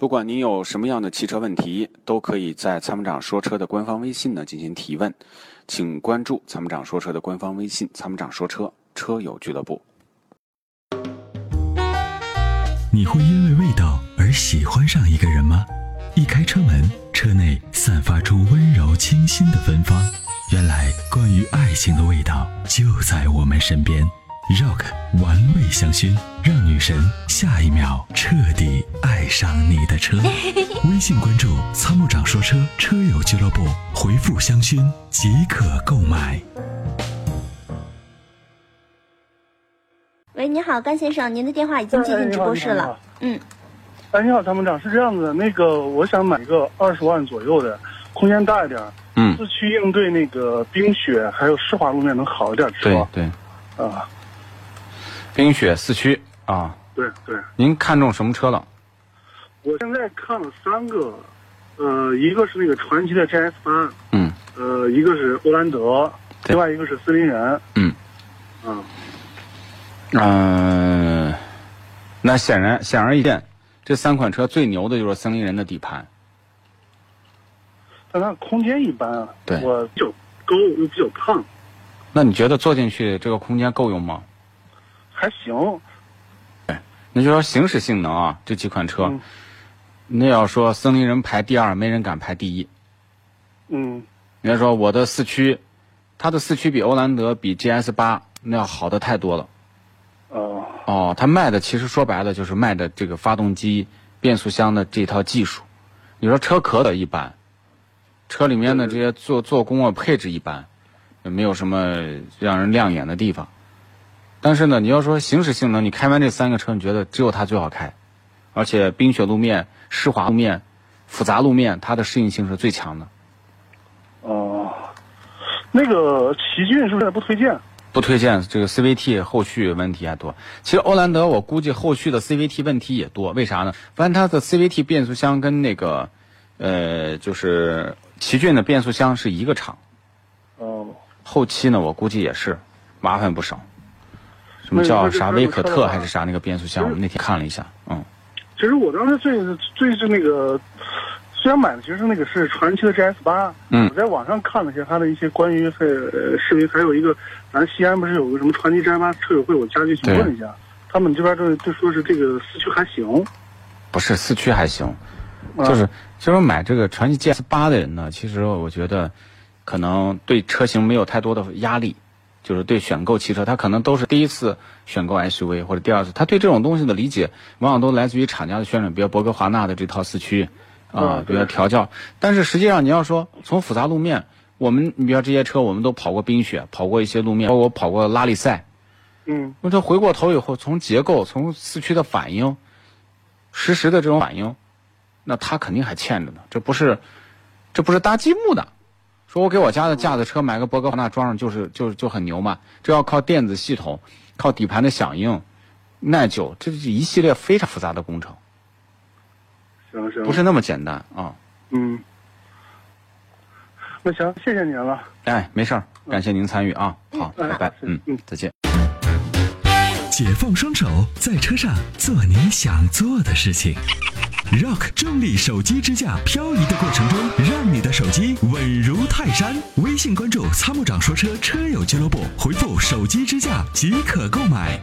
不管您有什么样的汽车问题，都可以在参谋长说车的官方微信呢进行提问，请关注参谋长说车的官方微信“参谋长说车车友俱乐部你会因为味道而喜欢上一个人吗？一开车门，车内散发出温柔清新的芬芳。原来，关于爱情的味道就在我们身边。Rock 玩味香薰，让女神下一秒彻底爱上你的车。微信关注“参谋长说车”车友俱乐部，回复“香薰”即可购买。喂，您好，甘先生，您的电话已经接进直播室了。嗯，哎，你好，参谋长，是这样子，那个我想买个二十万左右的，空间大一点，”。嗯，四驱应对那个冰雪还有湿滑路面能好一点，是对吧？对，啊，冰雪四驱啊，对对，您看中什么车了？我现在看了三个，呃，一个是那个传奇的 GS 八，嗯呃，一个是欧蓝德，对另外一个是森林人，嗯嗯，嗯、那显然显而易见，这三款车最牛的就是森林人的底盘。但它空间一般，啊对我比较高又比较胖，那你觉得坐进去这个空间够用吗？还行，那就说行驶性能啊，这几款车，嗯那要说森林人排第二，没人敢排第一。嗯人家说我的四驱，它的四驱比欧蓝德、比 GS 八那要好的太多了。哦，哦，它卖的其实说白了就是卖的这个发动机、变速箱的这套技术。你说车壳的一般，车里面的这些做做工啊、配置一般，没有什么让人亮眼的地方。但是呢，你要说行驶性能，你开完这三个车，你觉得只有它最好开，而且冰雪路面、湿滑路面、复杂路面，它的适应性是最强的。哦，那个奇骏是不是不推荐？不推荐这个 CVT 后续问题还多。其实欧蓝德我估计后续的 CVT 问题也多，为啥呢？发现它的 CVT 变速箱跟那个呃就是奇骏的变速箱是一个厂，哦，后期呢我估计也是麻烦不少。什么那叫那这啥车威可车的特话还是啥那个变速箱？我们那天看了一下，嗯，其实我当时最最是那个，虽然买的其实是那个是传奇的 GS 八，啊嗯我在网上看了一些它的一些关于呃视频，还有一个咱西安不是有个什么传奇 GS 八车友会，我家去询问一下，他们这边就就说是这个四驱还行，不是四驱还行，啊就是就是买这个传祺 GS 八的人呢，其实我觉得可能对车型没有太多的压力，就是对选购汽车，他可能都是第一次选购 SUV 或者第二次，他对这种东西的理解往往都来自于厂家的宣传，比如博格华纳的这套四驱啊嗯，比如对调教。但是实际上你要说从复杂路面，我们你比如这些车，我们都跑过冰雪，跑过一些路面，包括我跑过拉力赛，嗯那它回过头以后，从结构、从四驱的反应、实时的这种反应，那它肯定还欠着呢。这不是，这不是搭积木的。说我给我家的架子车买个博格华纳装上，就是就就很牛嘛。这要靠电子系统，靠底盘的响应、耐久，这是一系列非常复杂的工程，行行，不是那么简单啊、嗯，那行，谢谢您了。哎，没事儿，感谢您参与啊。好，嗯拜拜，嗯嗯，再见。解放双手，在车上做你想做的事情。Rock 重力手机支架，漂移的过程中，让你的手机稳如泰山。微信关注“参谋长说车”车友俱乐部，回复“手机支架”即可购买。